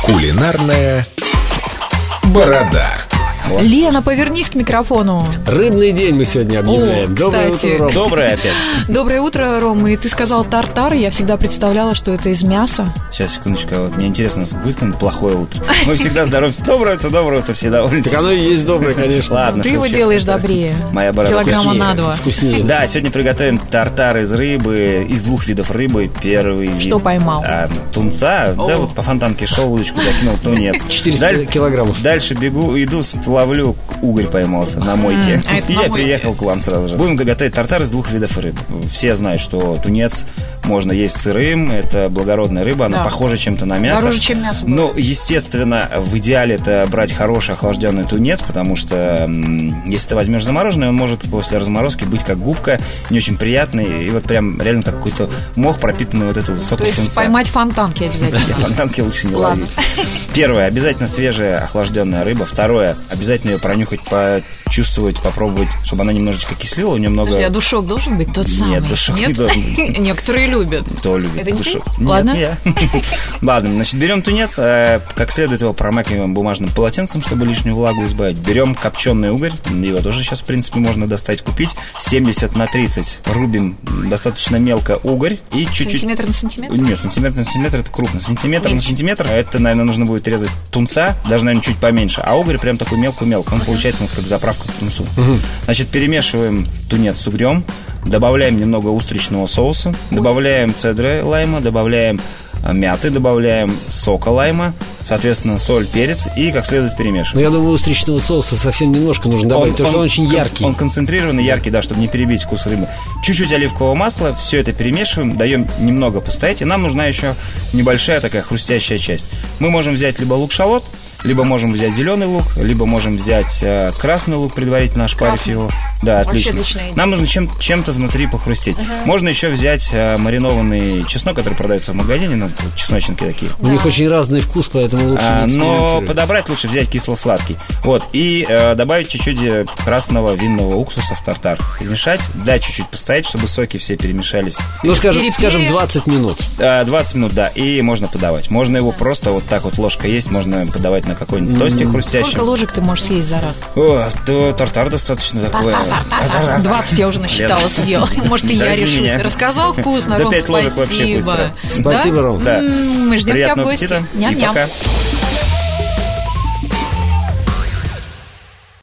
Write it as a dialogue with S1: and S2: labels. S1: Кулинарная борода.
S2: Лена, повернись к микрофону.
S3: Рыбный день мы сегодня объявляем.
S2: О,
S3: Доброе
S2: кстати.
S3: утро, Ром.
S4: Доброе опять.
S2: Доброе утро, Рома. И ты сказал тартар, и я всегда представляла, что это из мяса.
S4: Сейчас, секундочку, а вот мне интересно, будет какое-нибудь плохое утро? Мы всегда здоровимся. Доброе утро, доброе утро, все довольны.
S3: Так оно и есть доброе, конечно.
S4: Ладно,
S2: ты его
S4: шучу.
S2: делаешь добрее.
S4: Моя борода
S2: Килограмма
S4: вкуснее.
S2: на два.
S3: Вкуснее.
S4: Да, сегодня приготовим тартар из рыбы, из двух видов рыбы. Первый вид...
S2: Что поймал?
S4: а, тунца.
S2: О.
S4: Да, вот по фонтанке шел, удочку закинул, тунец.
S3: 400
S4: Даль-
S3: килограммов.
S4: Дальше бегу, иду, сплавлю, угорь поймался на мойке.
S2: а это
S4: И
S2: на
S4: я
S2: мойке.
S4: приехал к вам сразу же. Будем готовить тартар из двух видов рыб. Все знают, что тунец можно есть сырым, это благородная рыба, она
S2: Да.
S4: похожа чем-то на мясо.
S2: Дороже, чем мясо бывает.
S4: Ну, естественно, в идеале это брать хороший охлажденный тунец, потому что м, если ты возьмешь замороженный, он может после разморозки быть как губка, не очень приятный, и вот прям реально как какой-то мох, пропитанный вот этой вот
S2: То
S4: соком
S2: есть
S4: тунца.
S2: поймать фонтанки
S4: Я
S2: обязательно.
S4: фонтанки лучше А не
S2: Ладно.
S4: ловить. Первое, обязательно свежая охлажденная рыба. Второе, обязательно ее пронюхать, почувствовать, попробовать, чтобы она немножечко кислила, у нее много...
S2: Я а душок должен быть тот
S4: Нет,
S2: самый.
S4: душок не должен быть.
S2: Некоторые любят.
S4: Кто любит
S2: Это не
S4: душу?
S2: ты?
S4: Нет,
S2: Ладно.
S4: не я. Ладно, значит, берем тунец, э, как следует его промакиваем бумажным полотенцем, чтобы лишнюю влагу избавить. Берем копченый угорь, его тоже сейчас, в принципе, можно достать, купить. 70 на 30 рубим достаточно мелко угорь и чуть-чуть...
S2: Сантиметр на сантиметр.
S4: Нет, сантиметр на сантиметр это крупно. Сантиметр на
S2: Меньше.
S4: сантиметр это, наверное, нужно будет резать тунца, даже, наверное, чуть поменьше. А угорь прям такой мелкую-мелкую. Он получается у нас как заправка к тунцу. Значит, перемешиваем тунец с угрем, добавляем немного устричного соуса, добавляем цедры лайма, добавляем а, мяты, добавляем сока лайма, соответственно, соль, перец и как следует
S3: Но
S4: перемешиваем.
S3: я думаю, устричного соуса совсем немножко нужно добавить, потому что он очень
S4: кон-
S3: яркий.
S4: Он концентрированный, яркий, да, чтобы не перебить вкус рыбы. Чуть-чуть оливкового масла, все это перемешиваем, даем немного постоять, и нам нужна еще небольшая такая хрустящая часть. Мы можем взять либо лук-шалот, либо можем взять зеленый лук, либо можем взять э, красный лук, предварительно ошпарив
S2: Красный.
S4: его. Да,
S2: Вообще
S4: отлично.
S2: отличная идея.
S4: Нам нужно чем- чем-то внутри похрустеть. Можно еще взять э, маринованный чеснок, который продается в магазине, ну, чесночники такие.
S3: У них очень разный вкус, поэтому лучше
S4: А,
S3: не
S4: но
S3: экспериментировать.
S4: подобрать лучше взять кисло-сладкий. Вот. И э, добавить чуть-чуть э, красного винного уксуса в тартар. Перемешать, дать чуть-чуть постоять, чтобы соки все перемешались.
S3: Ну, скажем,
S2: Перепели.
S3: скажем, 20 минут.
S4: Э, 20 минут, да, и можно подавать. Можно его просто вот так вот ложка есть, можно подавать на какой-нибудь тостик хрустящий.
S2: Сколько ложек ты можешь съесть за раз?
S4: О, то тартар достаточно такой.
S2: Тар-тар, тар-тар. 20 я уже насчитала, съела. Может, и я
S4: Подожди
S2: решусь.
S4: меня.
S2: Рассказал вкусно,
S4: Да
S2: Ром,
S4: пять ложек вообще
S2: спасибо.
S4: быстро.
S2: Да?
S3: Спасибо, Ром.
S4: Да.
S2: М, Мы ждем тебя в
S4: Приятного
S2: гости.
S4: аппетита и
S2: Ням-ням.
S4: пока.